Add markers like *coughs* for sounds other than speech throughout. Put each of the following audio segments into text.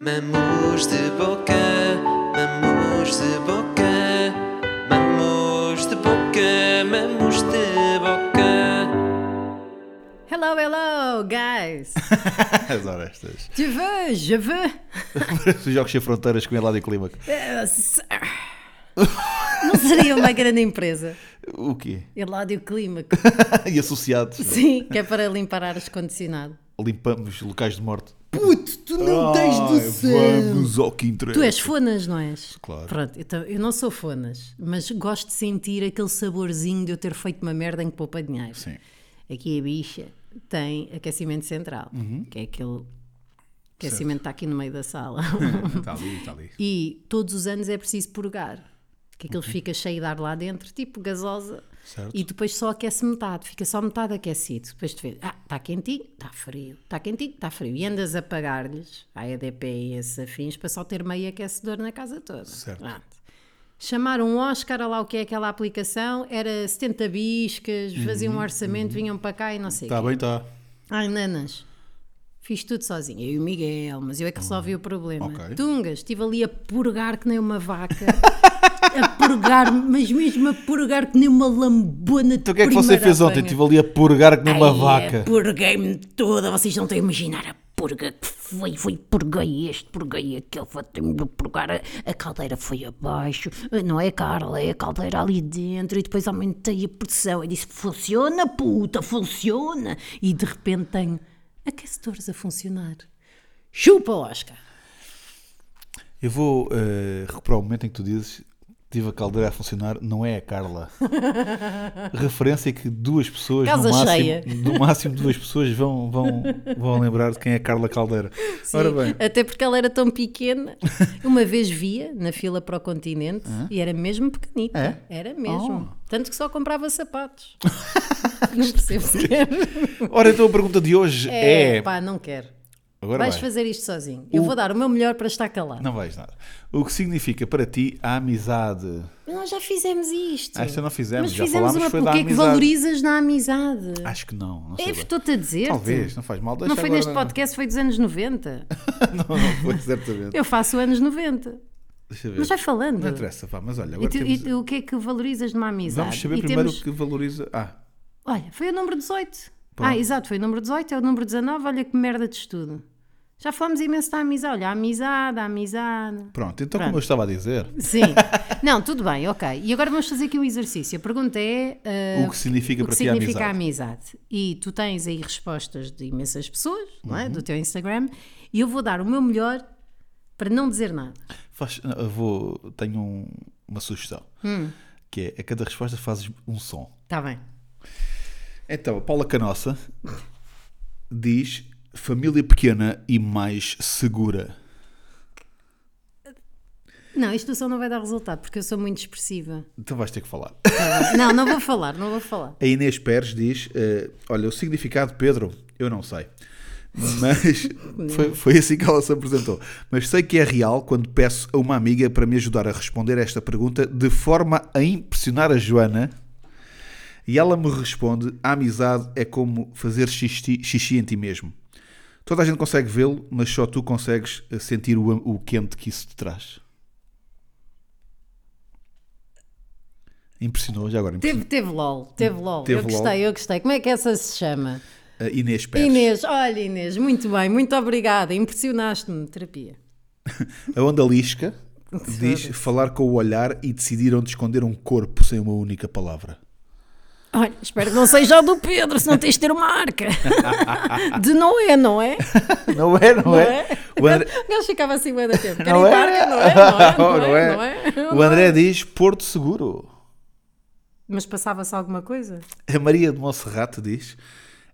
Mamos de boca, mamos de boca, mamos de boca, mamos de boca. Hello, hello, guys! Adoro estas. Je veux, je veux! Os Jogos Sem Fronteiras com Eladio Clímaco. Euh, s- Não seria uma grande empresa? *laughs* O quê? Eládio Clímaco. *laughs* e associados. Sim, que é para limpar ar-condicionado. Limpamos locais de morte. Puto, tu não Ai, Vamos ao que interessa. Tu és fonas, não és? Claro. Pronto, então eu não sou fonas, mas gosto de sentir aquele saborzinho de eu ter feito uma merda em que poupa dinheiro. Sim. Aqui a bicha tem aquecimento central, que é aquele aquecimento que está aqui no meio da sala. *laughs* Está Hum, tá ali, está ali. Uhum. E todos os anos é preciso purgar. Que aquilo fica cheio de ar lá dentro, tipo gasosa. Certo. E depois só aquece metade, fica só metade aquecido. Depois tu vês, ah, está quentinho, está frio, está quentinho, está frio. E andas a pagar-lhes, à EDP e esses afins, para só ter meio aquecedor na casa toda. Certo. Pronto. Chamaram um Oscar, olha lá o que é aquela aplicação, era 70 biscas, faziam Uhum, um orçamento, vinham para cá e não sei o Está Tá bem, está. Ai, nanas. Fiz tudo sozinha. Eu e o Miguel, mas eu é que resolvi o problema. Hum, ok. Tungas, estive ali a purgar que nem uma vaca. *laughs* a purgar, mas mesmo a purgar que nem uma lambona de Então o que é que você fez ontem? Estive ali a purgar que nem é uma vaca. Purguei-me toda, vocês não estão a imaginar a purga que foi. Foi, purguei este, purguei aquele, foi de purgar. A, a caldeira foi abaixo, não é, Carla? É a caldeira ali dentro. E depois aumentei a pressão e disse: funciona, puta, funciona. E de repente tenho aquecedores a funcionar. Chupa, Oscar! Eu vou eh, recuperar o momento em que tu dizes tive a caldeira a funcionar, não é *laughs* a Carla. Referência que duas pessoas, Casa no cheia. máximo, no máximo duas pessoas vão, vão, vão lembrar de quem é a Carla Caldeira. Ora bem. Até porque ela era tão *laughs* pequena. Uma vez via na fila para o continente e era mesmo pequenita. É? Oh. Era mesmo. Tanto que só comprava *laughs* sapatos. não percebo sequer. Ora, então a pergunta de hoje é. É, pá, não quero. Agora Vais vai. fazer isto sozinho. Eu vou dar o meu melhor para estar calado. Não vais nada. O que significa para ti a amizade? Nós já fizemos isto. Ah, isto não fizemos, Mas já fizemos falámos, uma. foi o da que é que amizade. valorizas na amizade? Acho que não. não sei Eu bem. Estou-te a dizer. Talvez, não faz mal. Deixa É Não foi agora- neste podcast, foi dos anos *laughs* 90. não, não foi, certamente. Eu faço anos 90. Deixa ver. Mas vai falando. É. Não interessa, vá, mas olha, E, agora tu- temos- e o que é que valorizas numa amizade? vamos saber E primeiro temos- o que valoriza. Ah, Olha, foi o número 18. Ah, exato, foi o número 18, é o número 19, olha que merda de estudo. Já falámos imenso da amizade, olha, a amizade, a amizade. pronto, então como eu estava a dizer, Sim. Não, tudo bem, ok. E agora vamos fazer aqui um exercício. A pergunta é ah, o que significa o para que ti é a significa a amizade? amizade. E tu tens aí respostas de imensas pessoas, não é? Do teu Instagram. E eu vou dar o meu melhor para não dizer nada. Faz- eu vou, tenho um- uma sugestão, Hum. que é a cada resposta fazes um som. Está Tá bem. Então, a Paula Canossa diz família pequena e mais segura. Não, isto só não vai dar resultado, porque eu sou muito expressiva. Então vais ter que falar. Tá bem. Não, não vou falar, não vou falar. A Inês Pérez diz: eh, Olha, o significado, Pedro, eu não sei. Mas foi, foi assim que ela se apresentou. Mas sei que é real quando peço a uma amiga para me ajudar a responder esta pergunta de forma a impressionar a Joana. E ela me responde: A amizade é como fazer xixi, xixi em ti mesmo. Toda a gente consegue vê-lo, mas só tu consegues eh, sentir o, am- o quente que isso te traz. Impressionou já agora. Impressionou. Teve, teve LOL, teve LOL. Hum, Teve eu gostei, LOL. eu gostei. Como é que essa se chama? A Inês Pérez. Inês, olha Inês, muito bem, muito obrigada. Impressionaste-me, terapia. A onda *laughs* lisca diz falar com o olhar e decidir onde esconder um corpo sem uma única palavra. Olha, espero que não seja o do Pedro, senão tens de ter uma arca. *laughs* De não é, não é? Não é, não, é? é? O André... O gajo ficava assim bué da tempo. Quero Não ir é? para a arca, *laughs* não é? Não é? Não é? Não é? O André diz Porto Seguro. Mas passava-se alguma coisa? A Maria de Monserrate diz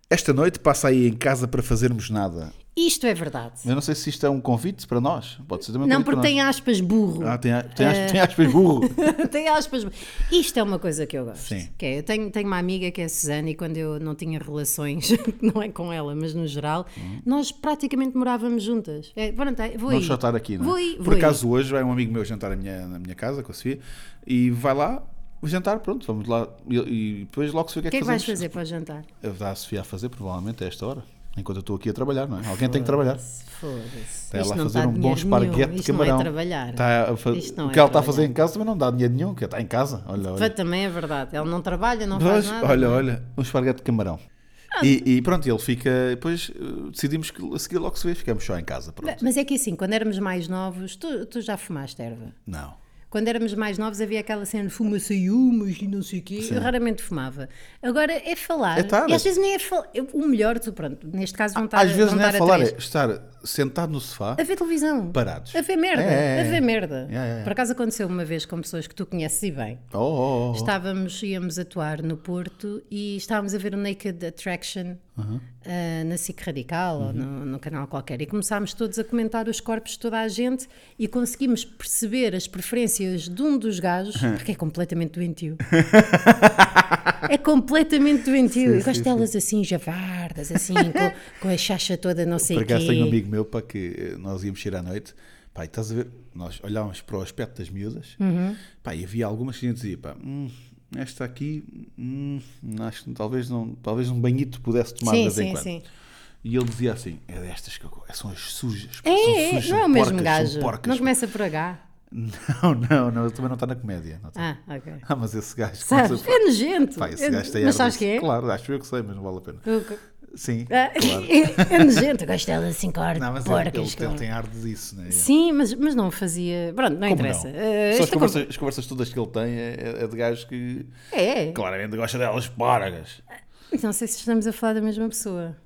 Esta noite passa aí em casa para fazermos nada. Isto é verdade. Eu não sei se isto é um convite para nós. Pode ser também um Não, convite porque Eh, para tem aspas burro. nós. Ah, tem, a- tem, aspas- tem aspas *laughs* burro. tem aspas. Isto é uma coisa que eu gosto. Sim. Que é, eu tenho, tenho uma amiga que é a Suzana e quando eu não tinha relações, *laughs* não é com ela, mas no geral, nós praticamente morávamos juntas. É, pronto, é, vou Hum. Vamos aí. jantar aqui, não é? Vou aí, Por vou aí. acaso hoje vai um amigo meu jantar à minha, na minha casa com a Sofia e vai lá jantar, pronto, vamos lá. E, e depois logo se vê o que O é que que, é que vais fazemos. fazer para o jantar? Dá a Sofia a fazer, provavelmente, a esta hora. Enquanto eu estou aqui a trabalhar, não é? Alguém tem que trabalhar. Foda-se. Está ela Isto a não fazer dá um bom dinheiro nenhum. esparguete de Isto não é camarão. Tá, trabalhar. Está a fa- Isto não O é que ela está a fazer trabalhar. em casa também não dá dinheiro nenhum, que está em casa. Olha, Foi olha. também é verdade. Ele não trabalha, não Pois, faz nada. olha, olha, um esparguete de camarão. E, e pronto, ele fica. Depois eh, decidimos que a seguir logo se vê, ficamos só em casa. Pronto. Mas é que assim, quando éramos mais novos, tu, tu já fumaste erva. Não. Quando éramos mais novos havia aquela cena de fuma-se aí umas e não sei o quê. Eu raramente fumava. Agora é falar. É tarde. E às vezes nem é falar. O melhor, tu, pronto, neste caso vão estar Às vezes vão não é estar a falar, três. É. é estar sentado no sofá, A ver televisão. parados. A ver merda. É, é, A é. ver merda. É, é, é. Por acaso aconteceu uma vez com pessoas que tu conheces e bem. Oh, oh, oh. Estávamos, íamos atuar no Porto e estávamos a ver o Naked Attraction ah, na SIC Radical Uhum. ou no, no canal qualquer. E começámos todos a comentar os corpos de toda a gente e conseguimos perceber as preferências de um dos gajos, porque é completamente doentio. *laughs* é completamente doentio. Eu gosto delas assim, javardas, assim, *laughs* com, com a chacha toda, não sei Por o quê. acaso tenho um amigo meu para que eh, nós íamos sair à noite. Pá, e estás a ver? Nós olhávamos para o aspecto das miúdas Uhum. pá, e havia algumas que a gente dizia: pá, hum, esta aqui, hum, acho que talvez, não, talvez um banhito pudesse tomar de Sim, vez em sim, quando. sim. E ele dizia assim: é destas que eu gosto, são as sujas. pá, são É, sujas, é, não é são o mesmo porcas, gajo. São porcas, Não é pá." começa por H. *laughs* Não, não, não, ele também não está na comédia. não está. Ah, ok. Ah, mas esse gajo. Sabes? começa- É nojento. Pá, esse É- gajo tem mas ar sabes disso. quem é? Claro, acho eu que sei, mas não vale a pena. O- Sim, Ah, claro. *laughs* é nojento. Eu Gosto dela assim com ar de Não, mas ele, porcas. ele, ele com- tem ar disso, né? Sim, mas, mas não fazia. Pronto, não Como interessa. não? Eh, Só as isto é conversas, as conversas todas que ele tem é, é- é de gajos que com- É, é. claramente gosta delas páragas. Não sei se estamos a falar da mesma pessoa.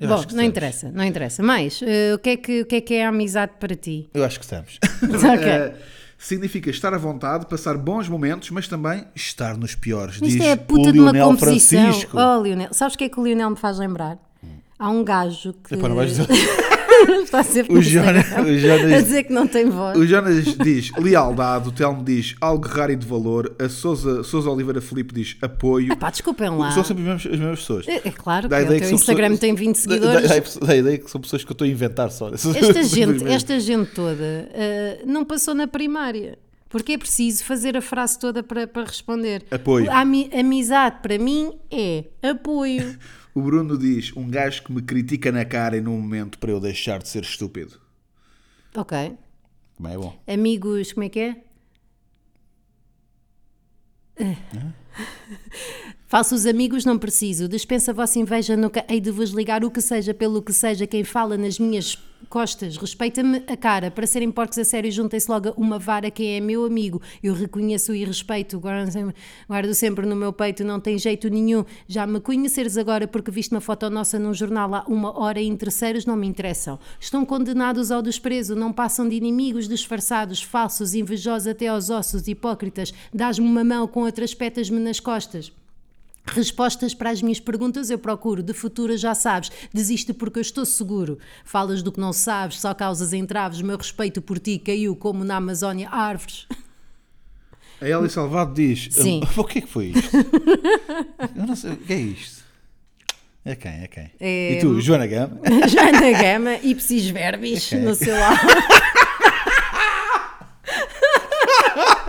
Eu Bom, acho que não estamos. interessa, não interessa. Mais, eh, o, que é que, o que é que é a amizade para ti? Eu acho que estamos. *laughs* Ok. Eh, significa estar à vontade, passar bons momentos, mas também estar nos piores. Isto diz é a puta o de uma Lionel composição. Francisco. Oh, Lionel. Sabes o que é que o Lionel me faz lembrar? Há um gajo que. Epá, não vais dizer- *laughs* Está sempre O no Instagram Jonas, o Jonas- a dizer que não tem voz. O Jonas diz *laughs* lealdade, o Telmo diz algo raro e de valor, a Sousa, Sousa Oliveira Felipe diz apoio. Pá, desculpem lá. Ah. São sempre as mesmas, as mesmas pessoas. É, é claro, Dá a que ideia o teu que são Instagram pessoas- tem 20 dá- seguidores. Dá, dá, dá a ideia que são pessoas que eu estou a inventar só. *laughs* Esta gente, esta gente toda ah, não passou na primária. Porque é preciso fazer a frase toda para, para responder. Apoio. A ami- amizade para mim é apoio. O Bruno diz: um gajo que me critica na cara e num momento para eu deixar de ser estúpido. ok. Também é bom. Amigos, como é que é? Faço os amigos, não preciso. Dispensa a vossa inveja, nunca hei de vos ligar o que seja, pelo que seja. Quem fala nas minhas costas, respeita-me a cara. Para serem porcos a sério, juntem-se logo a uma vara. Quem é meu amigo, eu reconheço e respeito. Guardo sempre, guardo sempre no meu peito, não tem jeito nenhum. Já me conheceres agora porque viste uma foto nossa num jornal há uma hora em terceiros, não me interessam. Estão condenados ao desprezo, não passam de inimigos disfarçados, falsos, invejosos até aos ossos, hipócritas. Dás-me uma mão com outras petas-me nas costas. Respostas para as minhas perguntas eu procuro, de futuro já sabes, desiste porque eu estou seguro. Falas do que não sabes, só causas entraves, meu respeito por ti caiu como na Amazónia árvores. *laughs* A Eli Salvado diz: Sim. *laughs* O que é que foi *laughs* isto? eu não sei, o que é isto? É quem? É quem? É- E tu, *laughs* Joana Gama? Joana Gama, ipsis verbis, Ok. no seu álbum.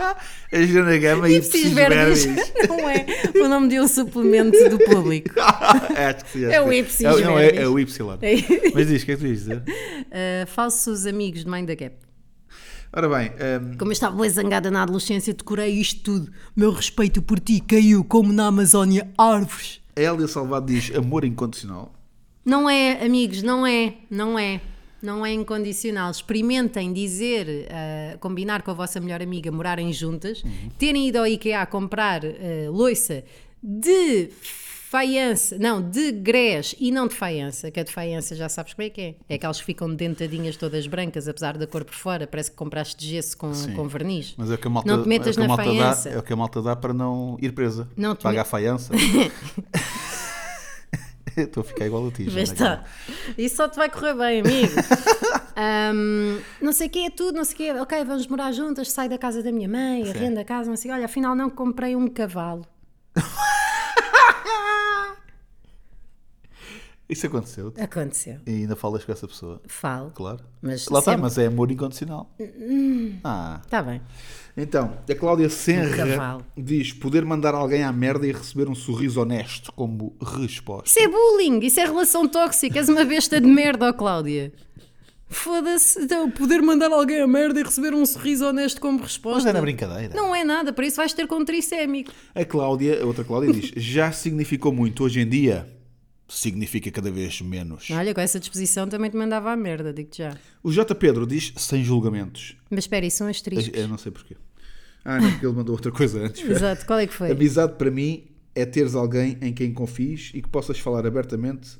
A É Joana Gama e Ipsis verbis, *laughs* *laughs* não é o nome de um suplemento do público. Acho que sim, acho É o que ipsis sim. É, não, é, verbis. é o Y. É. Mas diz, o que é que tu ias dizer? Uh, falsos amigos de Mind the Gap. Ora bem, hum, Como eu estava bem zangada na adolescência, decorei isto tudo. Meu respeito por ti caiu como na Amazónia árvores. a Elia Salvado diz amor incondicional. Não é, amigos, não é, não é. Não é incondicional. Experimentem dizer, ah, combinar com a vossa melhor amiga, morarem juntas, Uhum. terem ido ao IKEA comprar ah, loiça de faiança, não, de grés e não de faiança, que a de faiança já sabes como é que é. É aquelas que ficam dentadinhas todas brancas, apesar da cor por fora, parece que compraste gesso com, com verniz. Mas é o que a malta, não te é o metas que a na malta faiança. dá, é o que a malta dá para não ir presa. Não te Paga met- a faiança. *laughs* Estou a ficar igual a ti. Vês Joana tá. Gama. Isso só te vai correr bem, *laughs* amigo. Ahm, não sei o que é tudo, não sei o que é. Ok, vamos morar juntas, sai da casa da minha mãe, arrenda a casa, não sei. Olha, afinal não comprei um cavalo. Isso aconteceu. Aconteceu. E ainda falas com essa pessoa. Falo. Claro. Mas Lá está, sempre- Hum. mas é amor incondicional. Ah. Está Tá bem. Então, a Cláudia Senra cavalo. diz poder mandar alguém à merda e receber um sorriso honesto como resposta. Isso é bullying, isso é relação tóxica. És uma besta de merda, ó Cláudia. Foda-se. Então, poder mandar alguém a merda e receber um sorriso honesto como Mas resposta. é na brincadeira. Não é nada, para isso vais ter com um tricémico. A Cláudia, a outra Cláudia diz, já significou muito hoje em dia. Significa cada vez menos. Olha, com essa disposição também te mandava a merda, digo-te já. O J. Pedro diz sem julgamentos. Mas espera, isso são asteriscos. Eu não sei porquê. Ah, não, porque ele mandou outra coisa antes. Exato, qual é que foi? *laughs* Amizade para mim é teres alguém em quem confies e que possas falar abertamente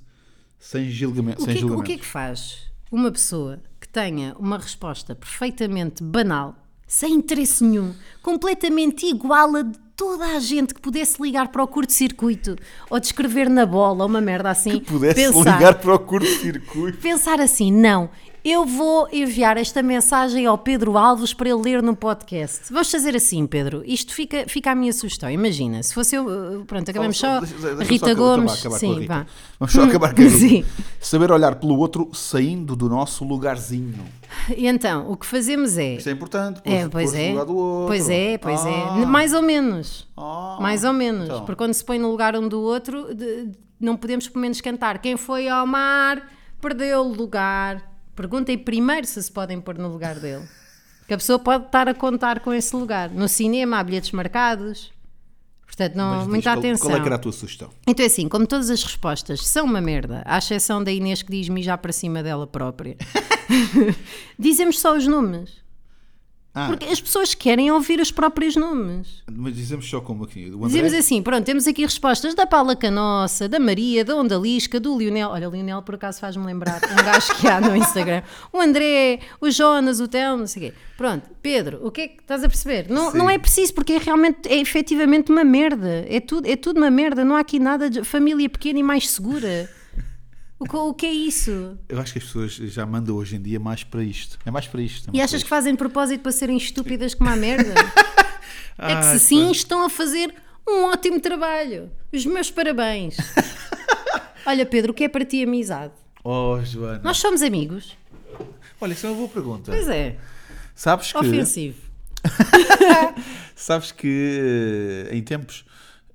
sem, julgamento, O que, sem é que- o julgamentos. que é que faz uma pessoa que tenha uma resposta perfeitamente banal, sem interesse nenhum, completamente igual a de toda a gente que pudesse ligar para o curto-circuito ou descrever na bola ou uma merda assim? Pudesse pensar, ligar para *laughs* o curto-circuito. pensar assim, não. Eu vou enviar esta mensagem ao Pedro Alves para ele ler no podcast. Vamos fazer assim, Pedro. Isto fica, fica a minha sugestão. Imagina, se fosse eu. uh, Pronto, acabamos só. Deixa- deixa- deixa-me Rita só acabar- Gomes. acabar com a sim, Rita. vá. Vamos só acabar *laughs* com a Rita. Sim. Saber olhar pelo outro saindo do nosso lugarzinho. E então, o que fazemos é. Isto é importante. pôr-se- É, pois pôr-se no é. lugar do outro. Pois é, pois Ah, é. Mais ou menos. ah. Mais ou menos. então. Porque quando se põe no lugar um do outro, de- de- não podemos pelo menos cantar. Quem foi ao mar perdeu o lugar. Perguntem primeiro se se podem pôr no lugar dele. Que a pessoa pode estar a contar com esse lugar. No cinema há bilhetes marcados. Portanto, não, Mas diz, muita qual- atenção. Qual é que era a tua sugestão? Então é assim, como todas as respostas são uma merda, à exceção da Inês que diz mijar para cima dela própria, *laughs* dizemos só os nomes. Ah, Porque as pessoas querem ouvir os próprios nomes. mas dizemos só como aqui. O André, Dizemos assim, pronto, temos aqui respostas da Paula Canossa, da Maria, da Ondalisca, do Lionel. Olha, o Lionel por acaso faz-me lembrar um gajo que há no Instagram. O André, o Jonas, o Telmo, não sei o quê. Pronto, Pedro, o que é que estás a perceber? Não, Sim. não é preciso, porque é realmente, é efetivamente uma merda. É tudo, é tudo uma merda, não há aqui nada de família pequena e mais segura. O que, o que é isso? Eu acho que as pessoas já mandam hoje em dia mais para isto. É mais para isto. é E mais achas que para fazem de propósito para serem estúpidas como a *laughs* merda? isto. É que Ah, se sim, estão a fazer um ótimo trabalho. Os meus *laughs* parabéns. Olha, Pedro, o que é para ti amizade? Oh, Joana. Nós somos amigos. Olha, isso é uma boa pergunta. Pois é, Sabes que. ofensivo. Sabes que eh, em tempos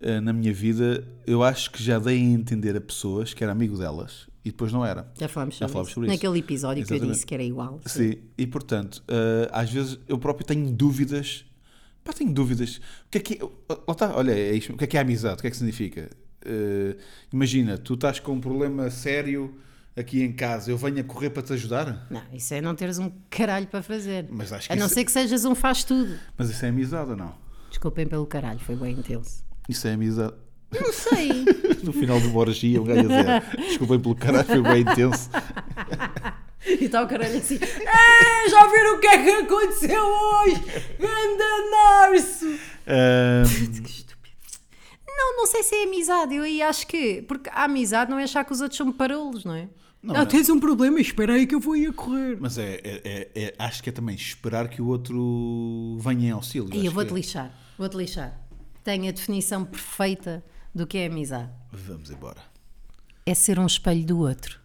eh, na minha vida eu acho que já dei a entender a pessoas que era amigo delas e depois não era. Já falámos sobre, Já falámos sobre isso. isso. Naquele episódio que eu Exatamente. disse que era igual. Sim. E portanto, eh, às vezes eu próprio tenho dúvidas. Pá, tenho dúvidas. O que é que é. Lá está, olha, é isto. O que é que é amizade? O que é que significa? Eh, imagina, tu estás com um problema sério aqui em casa, eu venho a correr para te ajudar? Não, isso é não teres um caralho para fazer. Mas acho que a não isso- ser que sejas um faz tudo. Mas isso é amizade ou não? Desculpem pelo caralho, foi bem intenso. Isso é amizade. *coughs* Não sei. No final de uma orgia, um gajo a zero. Desculpem pelo caralho, foi bem intenso. *laughs* E está o caralho assim. *laughs* "Ei, já viram o que é que aconteceu hoje? Ganda Narso! Ahm, Não, não sei se é amizade. Eu aí acho que. Porque a amizade não é achar que os outros são parolos, não é? Não, ah, não. tens um problema, espera aí que eu vou ir a correr. Mas é, é- é- é- acho que é também esperar que o outro venha em auxílio. E acho eu vou-te que é. lixar, vou-te lixar. Tenho a definição perfeita do que é amizade: Vamos embora. é ser um espelho do outro.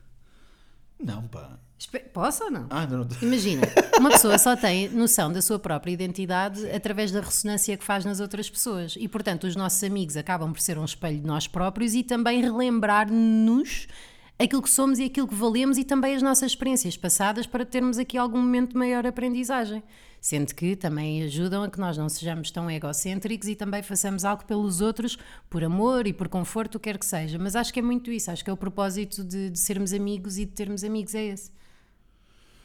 Não, pá. Espe- Posso ou não? Ah, ainda não. Imagina, uma pessoa só tem noção da sua própria identidade através da ressonância que faz nas outras pessoas. E, portanto, os nossos amigos acabam por ser um espelho de nós próprios e também relembrar-nos aquilo que somos e aquilo que valemos e também as nossas experiências passadas para termos aqui algum momento de maior aprendizagem. Sendo que também ajudam a que nós não sejamos tão egocêntricos e também façamos algo pelos outros por amor e por conforto, o que quer que seja. Mas acho que é muito isso. Acho que é o propósito de, de sermos amigos e de termos amigos. É esse.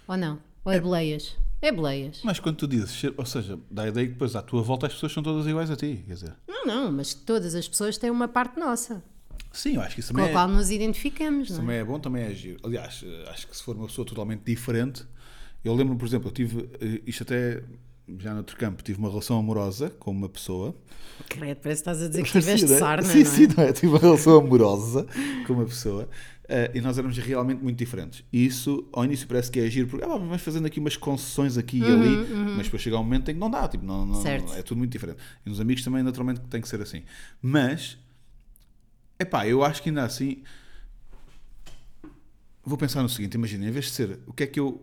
Ou não? Ou é, boleias? É boleias. Mas quando tu dizes, ser- ou seja, dá a ideia que depois à tua volta as pessoas são todas iguais a ti. Quer dizer, Não, não, mas todas as pessoas têm uma parte nossa sim, eu acho que isso com também, a é, qual nos identificamos, não é? também é bom, também é giro. Aliás, eh, acho que se for uma pessoa totalmente diferente. Eu lembro, por exemplo, eu tive, eh, isto até já noutro campo, tive uma relação amorosa com uma pessoa. Credo, parece que estás a dizer que Sim, tiveste não é? sarna, sim, não é? sim, não é? Tive uma relação amorosa *laughs* com uma pessoa eh, e nós éramos realmente muito diferentes. E isso, ao início, parece que é agir, porque ah, vamos fazendo aqui umas concessões aqui e ali, mas depois chega um momento em que não dá, tipo, não, não- Uhum, Certo. é tudo muito diferente. E nos amigos também, naturalmente, tem que ser assim. Mas, epá, eu acho que ainda assim, vou pensar no seguinte, imagina, em vez de ser o que é que eu,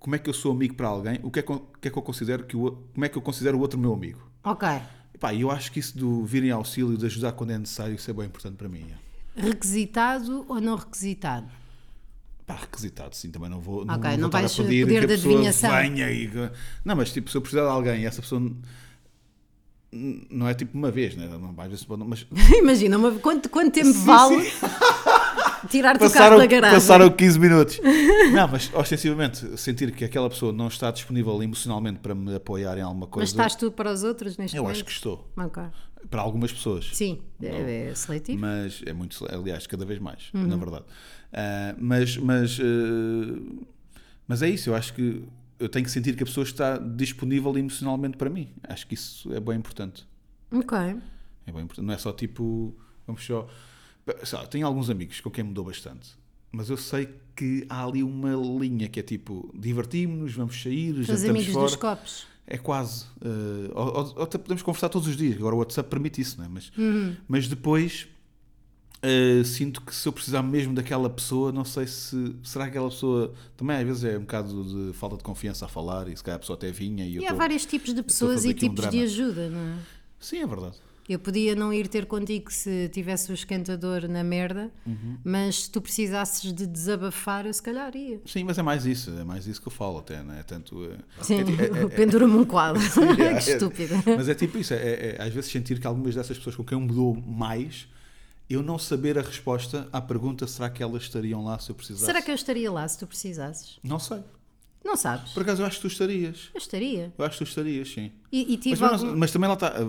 como é que eu sou amigo para alguém, o que é que, eu- o que é que eu considero que o, o- como é que eu considero o outro meu amigo? Ok. Pá, eu acho que isso do vir em auxílio, de ajudar quando é necessário, isso é bem importante para mim. é. Requisitado ou não requisitado? *laughs* Pá, requisitado, sim, também não vou. Não, Ok, vou não estar a vais pedir poder que a de pessoa adivinhação. Venha e... que- Não, mas tipo, se eu precisar de alguém e essa pessoa. n- n- Não é tipo uma vez, né? não às vezes pode- Mas Imagina, uma- quanto, quanto tempo *laughs* vale tirar-te o carro passaram, da garagem? passaram 15 minutos. *laughs* não, mas ostensivamente sentir que aquela pessoa não está disponível emocionalmente para me apoiar em alguma coisa. Mas estás tu para os outros neste Eu momento? acho que estou. Ok. Para algumas pessoas. Sim, é, é seletivo. Mas é muito, sele- aliás, cada vez mais, Uhum. na verdade. Ah, mas, mas, ah, mas é isso, eu acho que eu tenho que sentir que a pessoa está disponível emocionalmente para mim. Acho que isso é bem importante. Ok. É bem importante. Não é só tipo, vamos só. Sei lá, tenho alguns amigos com quem mudou bastante, mas eu sei que há ali uma linha que é tipo, divertimos-nos, vamos sair, Os jantamos amigos fora. dos copos. É quase. eh, ou, ou- ou até podemos conversar todos os dias. Agora o WhatsApp permite isso, não é? Mas, mas depois eh, sinto que se eu precisar mesmo daquela pessoa, não sei se. Será que aquela pessoa. Também às vezes é um bocado de falta de confiança a falar e se calhar a pessoa até vinha e eu. E há tô- vários tipos de estou a pessoas fazer e aqui um tipos de drama. ajuda, não é? Sim, é verdade. Eu podia não ir ter contigo se tivesse o esquentador na merda, mas se tu precisasses de desabafar, eu se calhar ia. Sim, mas é mais isso. É mais isso que eu falo até, não *laughs* é? Tanto. eh, Sim, é- é- *laughs* é- pendura-me um *laughs* quadro. Yeah, *laughs* que é- estúpido. *laughs* Mas é tipo isso, é, é- às vezes sentir que algumas dessas pessoas com quem eu mudou mais, eu não saber a resposta à pergunta será que elas estariam lá se eu precisasse. Será que eu estaria lá se tu precisasses? Não sei. Não sabes? Por acaso eu acho que tu estarias. Eu estaria. Eu acho que tu estarias, sim. E, e tive Mas, também algum- não- mas também lá está. eh,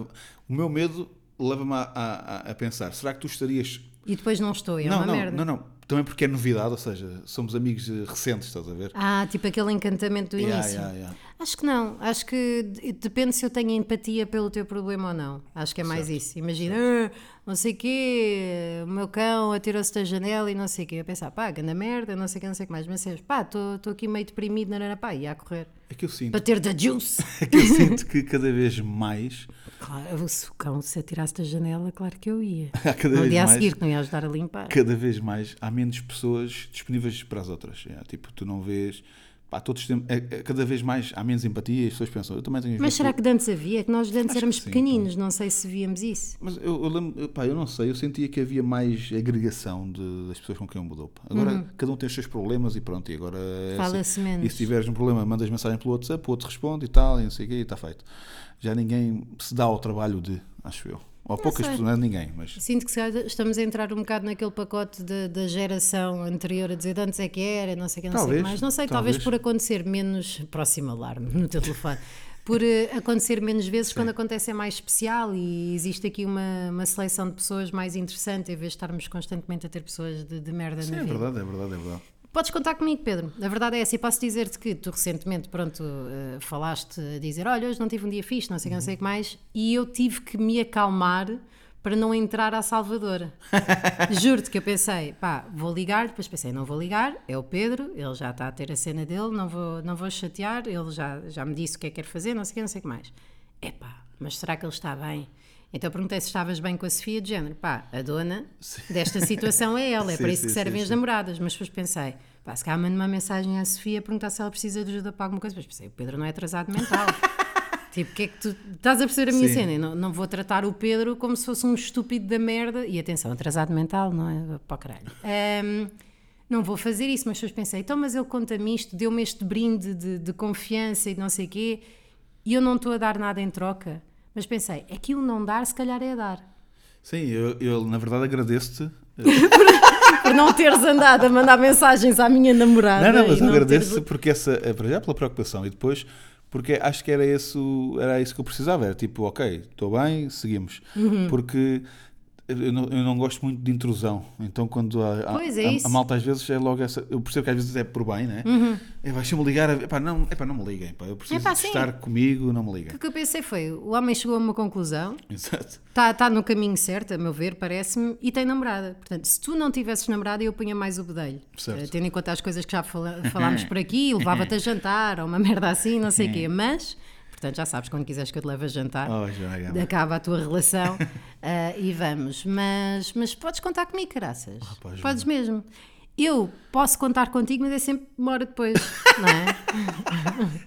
O meu medo leva-me a, a- a pensar, será que tu estarias... E depois não estou, é não, uma não, merda. não, não. Também porque é novidade, ou seja, somos amigos eh, recentes, estás a ver? Ah, tipo aquele encantamento do Yeah, início. yeah, yeah. Acho que não. Acho que de- depende se eu tenho empatia pelo teu problema ou não. Acho que é mais isso. Imagina, "Ah, não sei o quê, o meu cão atirou-se da janela e não sei o quê. Eu pensar, pá, ganda merda, não sei o quê, não sei o que mais. Mas sabes, pá, estou aqui meio deprimido, narana, pá, ia a correr. É que eu sinto, Para ter da juice. *laughs* é que eu sinto que cada vez mais... claro, se o cão se atirasse da janela, claro que eu ia. Há *laughs* cada No vez dia a mais- seguir, que não ia ajudar a limpar. cada vez mais há menos pessoas disponíveis para as outras. É, tipo, tu não vês. Pá, todos temos, é, é, cada vez mais há menos empatia e as pessoas pensam, eu também tenho. as Mas minhas será que de antes havia? É que nós de antes Acho que éramos sim, pequeninos, não sei se víamos isso. Mas eu, eu lembro, eu, pá, eu não sei, eu sentia que havia mais agregação de- das pessoas com quem eu mudou. pá. Agora cada um tem os seus problemas e pronto, e agora é assim. Uhum. Fala-se menos. E se tiveres um problema, mandas mensagem pelo WhatsApp, o outro responde e tal, e não sei o quê, e está feito. Já ninguém se dá ao trabalho de, acho eu. Ou poucas sei. pessoas, não é ninguém, mas Sinto que se calhar estamos a entrar um bocado naquele pacote da- da geração anterior a dizer de antes é que era, não sei o que, não sei o Talvez, que mais. Não sei, talvez. talvez. por acontecer menos. Próximo alarme no teu telefone. Por eh, acontecer menos vezes, quando acontece é mais especial e existe aqui uma, uma seleção de pessoas mais interessante em vez de estarmos constantemente a ter pessoas de, de merda sim, na é vida. verdade, é verdade, é verdade. Podes contar comigo, Pedro. A verdade é essa. E posso dizer-te que tu recentemente, pronto, eh, falaste a dizer: olha, hoje não tive um dia fixe, não sei o que, Uhum. não sei o que mais. E eu tive que me acalmar para não entrar à Salvadora. Juro-te que eu pensei: pá, vou ligar. Depois pensei: não vou ligar, é o Pedro, ele já está a ter a cena dele, não vou, não vou chatear, ele já, já me disse o que é que quer fazer, não sei o que, não sei o que mais. Epá, mas será que ele está bem? Então perguntei se estavas bem com a Sofia, de género, pá, a dona desta situação é ela, é *laughs* Sim, para isso sim, que sim, servem as sim. namoradas, mas depois pensei, pá, se calhar mando uma mensagem à Sofia a perguntar se ela precisa de ajuda para alguma coisa, mas pensei, o Pedro não é atrasado *laughs* mental. tipo, o que é que tu. Estás a perceber a minha Sim. cena? Eu Não, não vou tratar o Pedro como se fosse um estúpido da merda. E atenção, atrasado mental, não é? Para o caralho. Ahm, não vou fazer isso, mas depois pensei, então, mas ele conta-me isto, deu-me este brinde de, de confiança e de não sei o quê, e eu não estou a dar nada em troca. Mas pensei, aqui o não dar, se calhar é dar. Sim, eu, eu na verdade agradeço-te eh, por não teres andado a mandar mensagens à minha namorada. Não, não, mas e eu ter- agradeço porque essa, eh, para já pela preocupação e depois porque acho que era isso, era isso que eu precisava. Era tipo, ok, estou bem, seguimos. Uhum. Porque eu não, eu não gosto muito de intrusão. Então quando há, há- Pois, é a- a, isso. malta às vezes é logo essa. Eu percebo que às vezes é por bem, né? é? Deixa-me ligar. a- Epá, não, epá, não me liguem. Pá, eu preciso Epá, de É sim. estar comigo, não me O *laughs* liguem. que eu pensei foi: o homem chegou a uma conclusão, Exato. está tá no caminho certo, a meu ver, parece-me, e tem namorada. Portanto, se tu não tivesses namorada, eu punha mais o bedelho. Certo. Eh, Tendo em conta as coisas que já fala- falámos por *laughs* aqui, levava-te a jantar, ou uma merda assim, não sei o quê. Mas, portanto, já sabes quando quiseres que eu te leve a jantar. Oh, já, já. Acaba a tua *laughs* relação eh, ah, e vamos. Mas, mas podes contar comigo, caraças. pois, podes mesmo. eu posso contar contigo, mas é sempre uma hora depois, não *laughs* é?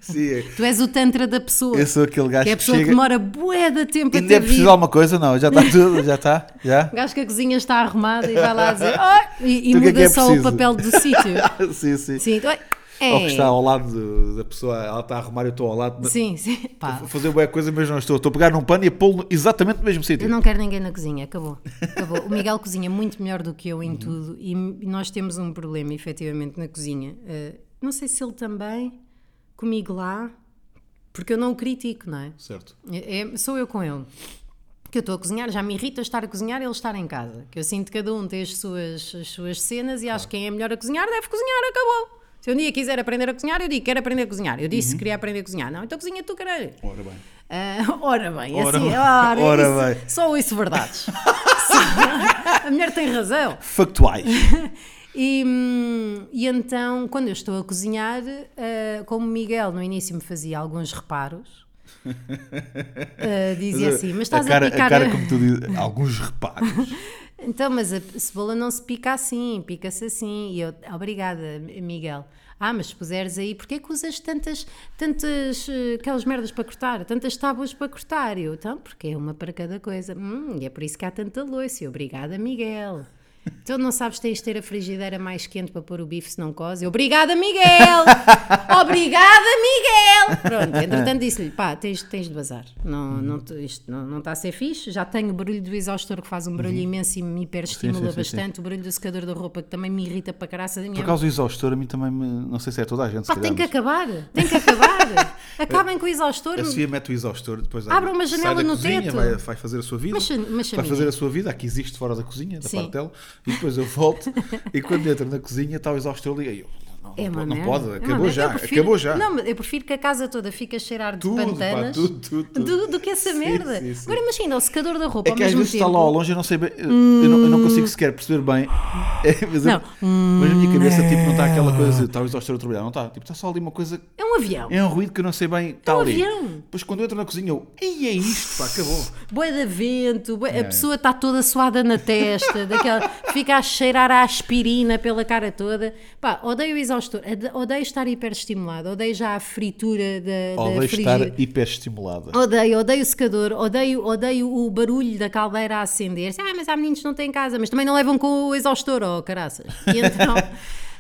Sim, é. Tu és o tantra da pessoa. eu sou aquele gajo que é a que pessoa que chega. demora bué de tempo a Ainda é ter preciso vir. de alguma coisa? Não, *laughs* já está tudo, já está? Já? O gajo que a cozinha está arrumada e vai lá dizer "Ah", e, e Então o que muda é que é só preciso? o papel do sítio. sim, sim. Sim, oi. é. Ou que está ao lado do- da pessoa, ela está a arrumar e eu estou ao lado. mas- Sim, sim. Pá, a Fazer boa coisa, mas não estou. Estou a pegar num pano e a pô-lo exatamente no mesmo eu sítio. não quero ninguém na cozinha, acabou. acabou. O Miguel cozinha muito melhor do que eu Uhum. em tudo e m- nós temos um problema efetivamente na cozinha. Uh, não sei se ele também, comigo lá, porque eu não o critico, não é? Certo. É- é- sou eu com ele. Que eu estou a cozinhar, já me irrita estar a cozinhar e ele estar em casa. Que eu sinto que cada um tem as suas, as suas cenas e acho que quem é melhor a cozinhar deve cozinhar, acabou. Se um dia quiser aprender a cozinhar, eu digo, quero aprender a cozinhar. Eu Uhum. disse que queria aprender a cozinhar. Não, então cozinha tu, caralho. Ora bem. Ah, ora bem, Ora assim, bem. ora, Ora isso- bem. só isso *laughs* verdades. Só- a mulher tem razão. *laughs* Factuais. E, hum, e então, quando eu estou a cozinhar, ah, como o Miguel no início me fazia alguns *laughs* reparos, ah, dizia assim: Mas estás a a, cara, picar. A cara, como tu dizes, alguns reparos. *laughs* Então, mas a cebola não se pica assim, pica-se assim. E eu, obrigada, Miguel. Ah, mas se puseres aí, porquê que usas tantas, tantas, eh, aquelas merdas para cortar, tantas tábuas para cortar? E Eu, então, porque é uma para cada coisa. Hum, e é por isso que há tanta louça. E eu, Obrigada, Miguel. Então não sabes tens de ter a frigideira mais quente para pôr o bife se não cose? Eu, Obrigada, *laughs* Miguel! Obrigada, Miguel! Pronto, entretanto disse-lhe, pá, tens, tens de bazar. Não, não, te- isto não, não está a ser fixe. Já tenho o barulho do exaustor que faz um barulho imenso e me hiperestimula Uhum. Sim, sim, sim, bastante. O barulho do secador da roupa que também me irrita para caraça. Por causa do exaustor, a mim também, me- não sei se é toda a gente, se Pá, tem que calhar, acabar! Tem que *laughs* acabar! Acabem com o exaustor. mas a Sofia mete o exaustor, depois Abre olha, uma sai janela da no cozinha, teto. Vai, vai fazer a sua vida. Mas cha- mas vai chaminha. fazer a sua vida, aqui existe fora da cozinha, da Sim. parte dela, e depois eu volto, *laughs* e quando entro na cozinha está o exaustor ali, aí eu, não, não, É uma pode, não merda. pode, É uma acabou merda. já, Eu prefiro- acabou já. Não, mas eu prefiro que a casa toda fique a cheirar de Tudo, pá, pantanas tudo, tudo, tudo. Do, do que essa Sim, merda. sim, sim. Agora imagina, o secador da roupa é ao que às mesmo vezes tempo. está lá ao longe, eu não sei bem, eu, eu não, eu não consigo sequer perceber bem, *laughs* é, mas, eu- mas na minha cabeça tipo, não está aquela coisa Hum. de está o exaustor a trabalhar, não está, tipo, está só ali uma coisa, É um avião. é um ruído que eu não sei bem, está É um ali. avião. Depois quando eu entro na cozinha eu, ei, é isto, pá, *laughs* acabou. Boé de vento, bué- É. a pessoa está toda suada na *laughs* testa, daquela, fica a cheirar a aspirina pela cara toda. Pá, odeio o exaustor, ade- odeio estar hiperestimulado, odeio já a fritura da, da Odeio frigideira. estar hiperestimulada. Odeio, odeio o secador, odeio, odeio o barulho da caldeira a acender. Ah, mas há meninos que não têm casa, mas também não levam com o exaustor, oh caraças. E então,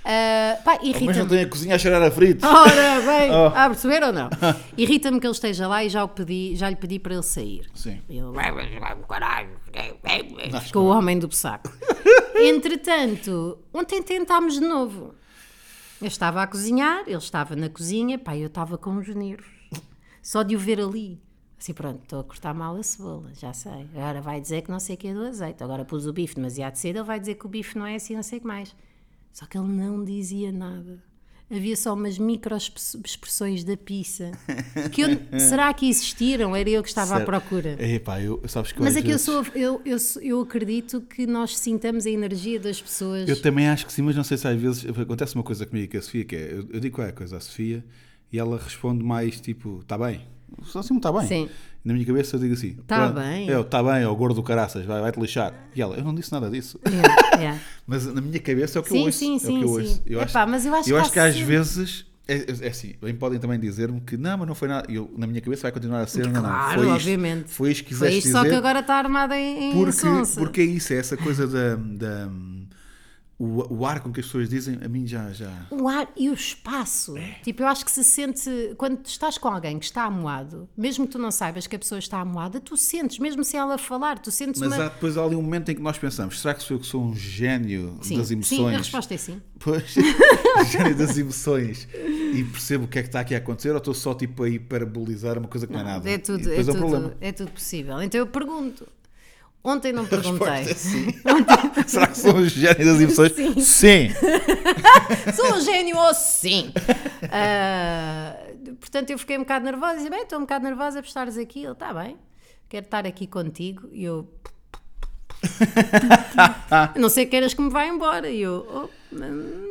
ah, pá, Mas não irrita-me. tem a cozinha a cheirar a frito. Ora bem, Oh. a perceber ou não? Irrita-me que ele esteja lá e já, o pedi, já lhe pedi para ele sair. Sim. Ele, Ficou o homem do saco. Entretanto, ontem tentámos de novo. Eu estava a cozinhar, ele estava na cozinha, pá, eu estava com os nervos. Só de o ver ali. Assim, pronto, estou a cortar mal a cebola, já sei. Agora vai dizer que não sei o que é do azeite. Agora pus o bife demasiado cedo, ele vai dizer que o bife não é assim, não sei o que mais. Só que ele não dizia nada. Havia só umas micro exp- expressões da pizza. Que eu- será que existiram? Era eu que estava à Certo. procura. Epá, eu, sabes que Mas às é que eu vezes- sou, eu, eu, sou- eu acredito que nós sintamos a energia das pessoas. Eu também acho que sim, mas não sei se às vezes acontece uma coisa comigo e com a Sofia, que é, eu, eu digo qualquer coisa à Sofia e ela responde mais tipo, está bem. Só assim, está bem. Sim. Na minha cabeça eu digo assim, Tá "Pronto." bem. Eu, está bem, ó gordo do caraças, vai- vai-te lixar. E ela, eu não disse nada disso. Yeah, *laughs* yeah. Mas na minha cabeça é o É que eu É, Sim, ouço. sim, é o sim, que eu sim. ouço. Eu Epá, mas eu acho que há às sempre- vezes. É, é assim, bem podem também dizer-me que não, mas não foi nada. Eu, na minha cabeça vai continuar a ser. não, não, Claro, foi isto, obviamente. Foi isto que Foi quiseste isto, dizer. só que agora está armada em, em porque, Hum, sonsa. porque é isso, é essa coisa da. da- o, o ar com que as pessoas dizem, a mim já. já... O ar e o espaço. É. Tipo, eu acho que se sente. Quando tu estás com alguém que está amuado, mesmo que tu não saibas que a pessoa está amuada, tu sentes, mesmo sem ela falar, tu sentes Mas uma. há depois ali um momento em que nós pensamos: será que sou eu que sou um gênio sim, das emoções? sim, a resposta é sim. *laughs* Pois, gênio das emoções e percebo o que é que está aqui a acontecer ou estou só tipo a hiperbolizar uma coisa que não, é nada? É E tudo, é, depois é um problema. tudo, é tudo possível. Então eu pergunto. Ontem *laughs* não perguntei. é assim. *laughs* Será que são os gênios das emoções? Sim. *laughs* Sou um gênio ou sim? Ah, portanto, eu fiquei um bocado nervosa e disse: Bem, estou um bocado nervosa por estares aqui. Ele está bem, quero estar aqui contigo. E eu. A não ser que queiras que me vá embora. E eu. "Oh, hum,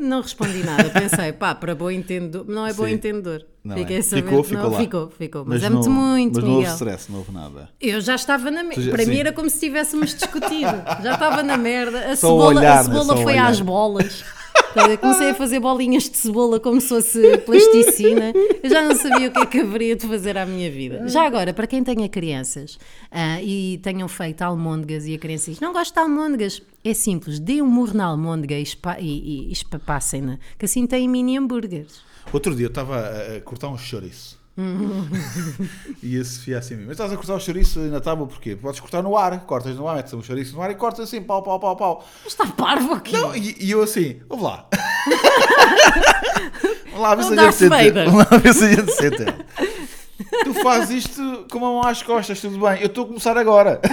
Não respondi nada, pensei, pá, para bom entendedor, não é bom Sim. entendedor. Não Fiquei é. a saber Ficou, que ficou não, lá. Ficou, ficou. Mas, não- amo-te muito, Mas não houve Miguel. stress, não houve nada. Eu já estava na Tu já- merda. Para sim. mim era como se tivéssemos discutido. Já estava na merda. A *laughs* Só cebola, olhar, né? a cebola Só foi olhar. às bolas. Então, eu Comecei a fazer bolinhas de cebola como se fosse plasticina. Eu já não sabia o que é que haveria de fazer à minha vida. Já agora, para quem tenha crianças ah, e tenham feito almôndegas e a criança diz: Não gosto de almôndegas. É simples, dê um murro na almôndega e, espa- e, e- e espapassem-na, que assim tem mini hambúrgueres. Outro dia eu estava a, a cortar um chouriço. Uhum. *laughs* e a Sofia assim, mas estás a cortar o chouriço na tábua porquê? Podes cortar no ar, cortas no ar, metes um chouriço no ar e cortas assim, pau, pau, pau, pau. Mas está parvo aqui. Não, e, e eu assim, *laughs* vamos lá. Um vamos lá ver se a gente Darth sente. Vader. Vamos lá ver se a gente sente. Tu fazes isto com uma mão às costas, tudo bem. Eu estou a começar agora. *laughs*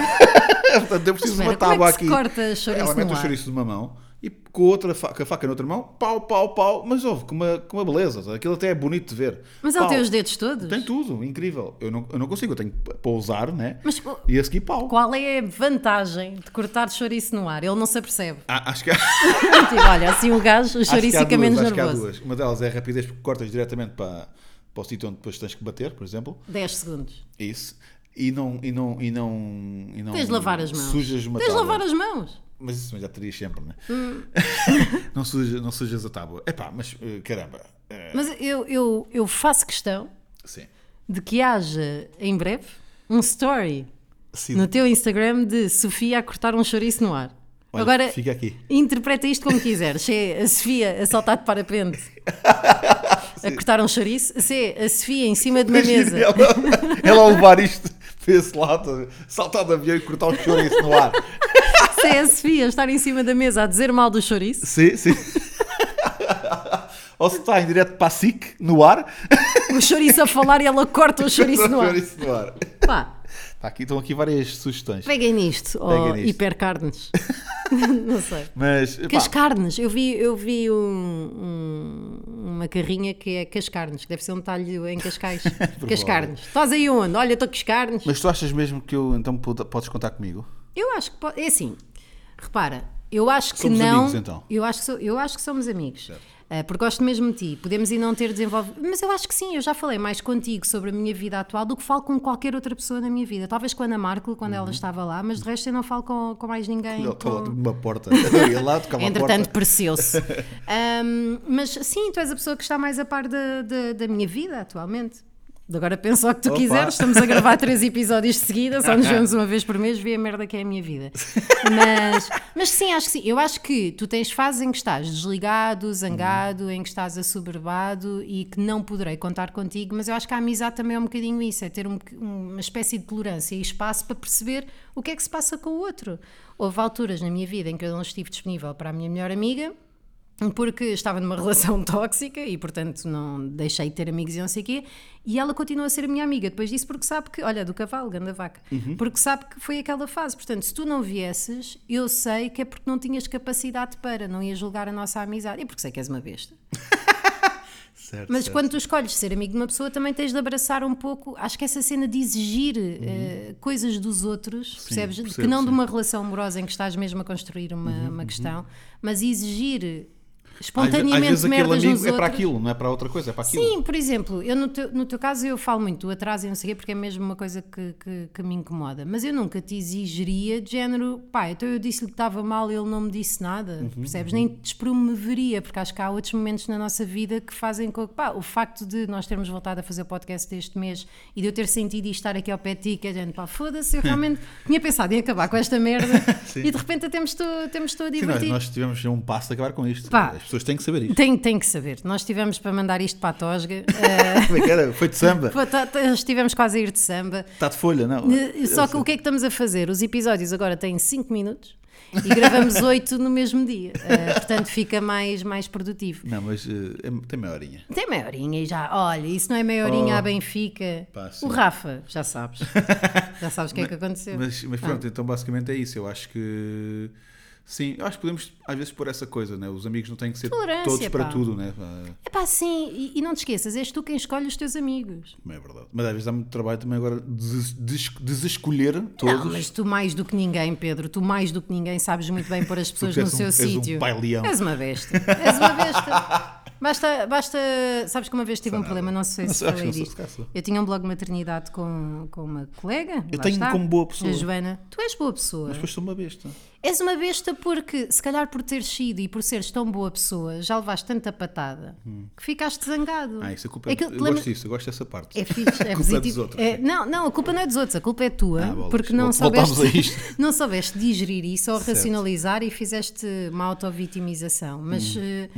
Portanto, eu preciso de Espera, como é uma tábua que se aqui. corta chouriço Ela mete no o ar? chouriço numa mão e com a, outra fa- com a faca na outra mão, pau, pau, pau. Mas houve, com uma, com uma beleza. Aquilo até é bonito de ver. Mas ele Pau. tem os dedos todos? Tem tudo, incrível. Eu não, eu não consigo, eu tenho que pousar, né? Mas, pô, E a seguir, pau. Qual é a vantagem de cortar chouriço no ar? Ele não se apercebe. Ah, *laughs* acho que. Tipo, olha, assim o gajo, o Acho que chouriço há fica duas, menos acho que há nervoso. duas. Uma delas é a rapidez, porque cortas diretamente para, para o sítio onde depois tens que bater, por exemplo. 10 segundos. Isso. E não. E não, e não, e não Tens de lavar as mãos. Sujas uma Tens de tábua. lavar Hum. as mãos. Mas isso já terias sempre, né? *laughs* não, sujas, não sujas a tábua. Epá, mas eh, caramba. Eh, Mas eu, eu, eu faço questão sim. de que haja, em breve, um story Sim. no teu Instagram de Sofia a cortar um chouriço no ar. Olha, Agora, fica aqui. interpreta isto como quiseres. Se é a Sofia a saltar de *laughs* parapente a cortar um chouriço, se é a Sofia em cima de uma Imagina mesa. *laughs* ela, ela a levar isto para esse lado, saltar de avião e cortar o chouriço no ar. Se é a Sofia estar em cima da mesa a dizer mal do chouriço, Sim, sim. Ou se está em direto para a SIC, no ar. o Um chouriço a falar e ela corta o chouriço no ar. Chouriço no ar. Pá, Tá aqui, estão aqui várias sugestões. peguem nisto, Peguem ou nisto. hipercarnes. *laughs* Não sei. Mas, pá, Cascarnes, eu vi, eu vi um- um- uma carrinha que é Cascarnes, que deve ser um talho em *laughs* Cascais. Cascarnes. Estás aí onde? Olha, estou com Cascarnes. mas tu achas mesmo que eu então pod- podes contar comigo? Eu acho que pode, é assim. Repara, eu acho que Somos não. amigos, então. Eu acho que, sou- eu acho que somos amigos. Ah, porque gosto mesmo de ti. Podemos e não ter desenvolvido. Mas eu acho que sim, eu já falei mais contigo sobre a minha vida atual do que falo com qualquer outra pessoa na minha vida. Talvez com a Ana Marco, quando Uhum. ela estava lá, mas de resto eu não falo com, com mais ninguém. Ele estava com- de uma porta. Eu ia lá, tocava a Então. Entretanto, porta. *laughs* pareceu-se. Ahm, mas sim, tu és a pessoa que está mais a par da, da, da minha vida atualmente. Agora pensa o que tu Opa. quiseres. Estamos a gravar três episódios de seguida, só nos vemos uma vez por mês, vê a merda que é a minha vida. Mas, mas sim, acho que sim. Eu acho que tu tens fases em que estás desligado, zangado, em que estás assoberbado e que não poderei contar contigo, mas eu acho que a amizade também é um bocadinho isso, é ter um boc- uma espécie de tolerância e espaço para perceber o que é que se passa com o outro. Houve alturas na minha vida em que eu não estive disponível para a minha melhor amiga, porque estava numa *laughs* relação tóxica e, portanto, não deixei de ter amigos e não sei o quê. E ela continua a ser a minha amiga depois disso, porque sabe que, olha, do cavalo, ganda vaca, porque sabe que foi aquela fase. Portanto, se tu não viesses, eu sei que é porque não tinhas capacidade para, não ia julgar a nossa amizade. E porque sei que és uma besta. Certo, Mas certo. quando tu escolhes ser amigo de uma pessoa, também tens de abraçar um pouco, acho que essa cena de exigir eh, coisas dos outros, percebes? que percebo, não de Uhum. sim. Uhum, uma relação amorosa em que estás mesmo a construir uma, uma questão, mas exigir Às ve- espontaneamente Às vezes aquele merdas amigo nos é para outros. aquilo, não é para outra coisa, é para aquilo. Sim, por exemplo, eu no teu, no teu caso eu falo muito do atraso e não sei o quê, porque é mesmo uma coisa que, que, que me incomoda. Mas eu nunca te exigiria de género, pá, então eu disse-lhe que estava mal e ele não me disse nada, Uhum, percebes? Nem te despromoveria, porque acho que há outros momentos na nossa vida que fazem com que, pá, o facto de nós termos voltado a fazer o podcast este mês e de eu ter sentido e estar aqui ao pé de ti, que a gente, pá, foda-se, eu *laughs* realmente tinha pensado em acabar com esta merda e de repente até me estou, até me estou a Sim, nós, divertir. nós tivemos um passo de acabar com isto. Pá. As pessoas têm que saber isto. Tem, tem que saber, nós tivemos para mandar isto para a Tosga. eh, Como é que era? Foi de samba. Pô, tá- tá- Estivemos quase a ir de samba. Está Tá de folha, não? Eh, Só que o que é que estamos a fazer? Os episódios agora têm 5 minutos e *laughs* gravamos 8 no mesmo dia. Eh, portanto, fica mais, mais produtivo. Não, mas eh, é- tem meia horinha. Tem meia horinha e já, olha, isso não é meia horinha Oh. à Benfica. Pá, sim. o Rafa, já *laughs* sabes. Já sabes o que é que aconteceu. Mas, mas pronto, então basicamente é isso. Eu acho que Sim, eu acho que podemos às vezes pôr essa coisa, né? Os amigos não têm que ser Tolerância, todos para pá. tudo, né? É pá, sim, e, e não te esqueças, és tu quem escolhe os teus amigos. Também é verdade. Mas às vezes dá muito trabalho também agora des- des- desescolher todos. Não, mas tu mais do que ninguém, Pedro, tu mais do que ninguém sabes muito bem pôr as pessoas Tu no és um- seu és um sítio. bailião. És uma besta. És uma *laughs* besta. Basta, basta, sabes que uma vez tive um problema, não sei se sei, acho falei que não disto. sei, se calhar sou. Eu tinha um blog de maternidade com, com uma colega. lá tenho está, como boa pessoa. A Joana. Tu és boa pessoa. Mas depois sou uma besta. És uma besta porque, se calhar por teres sido e por seres tão boa pessoa, já levaste tanta patada que ficaste zangado. Hum. Ah, isso é culpa. Aquilo- eu lembra- gosto disso, eu gosto dessa parte. é fixe, é *laughs* A culpa é positivo. dos outros. É- não, não, a culpa não é dos outros, a culpa é tua, Ah, bolas. porque não Vol- voltámos a soubeste, isto. *laughs* não soubeste digerir isso ou racionalizar e fizeste uma autovitimização. Uhum. Mas eh,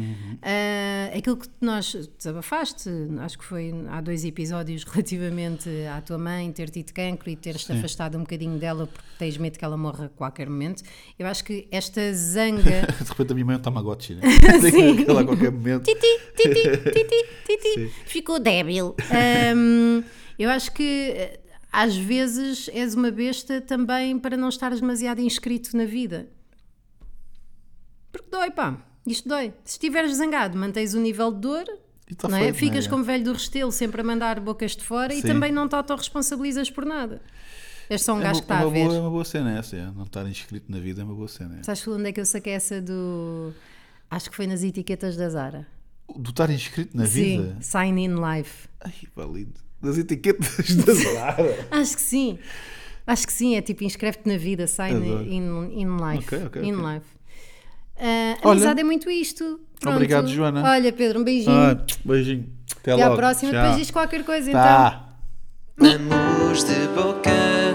ah, aquilo que nós desabafaste, acho que foi há dois episódios *laughs* relativamente à tua mãe ter tido cancro e teres-te afastado um bocadinho dela porque tens medo que ela morra a qualquer momento. Eu acho que esta zanga. *laughs* De repente a minha mãe é um Tamagotchi, *laughs* né? Sim. Ela a qualquer momento. Titi, titi, *laughs* titi, titi. Ficou débil. Ahm, eu acho que eh, às vezes és uma besta também para não estares demasiado inscrito na vida. Porque dói, pá. Isto dói. Se estiveres zangado, mantens o nível de dor. E tá não é? feito, não é? Ficas É. como velho do restelo, sempre a mandar bocas de fora e Sim. também não te autorresponsabilizas por nada. És só um é, gajo uma, que está a uma ver. boa, é uma boa cena essa, é. não estar inscrito na vida é uma boa cena. É. Sabes de onde é que eu saquei essa do. Acho que foi nas etiquetas da Zara. Do estar inscrito na Sim, vida. sign in life. Ai, valido. Das etiquetas *laughs* da Zara. Acho que sim. Acho que sim, é tipo inscreve-te na vida, sai Adoro. in, in life. Ok, ok, in ok. life. Ah, Olha. amizade é muito isto. Pronto. Obrigado, Joana. Olha, Pedro, um beijinho. Ah, beijinho. Até Até logo. à próxima. Tchau. então. Depois diz qualquer coisa, então. Tá. Mamus de boca,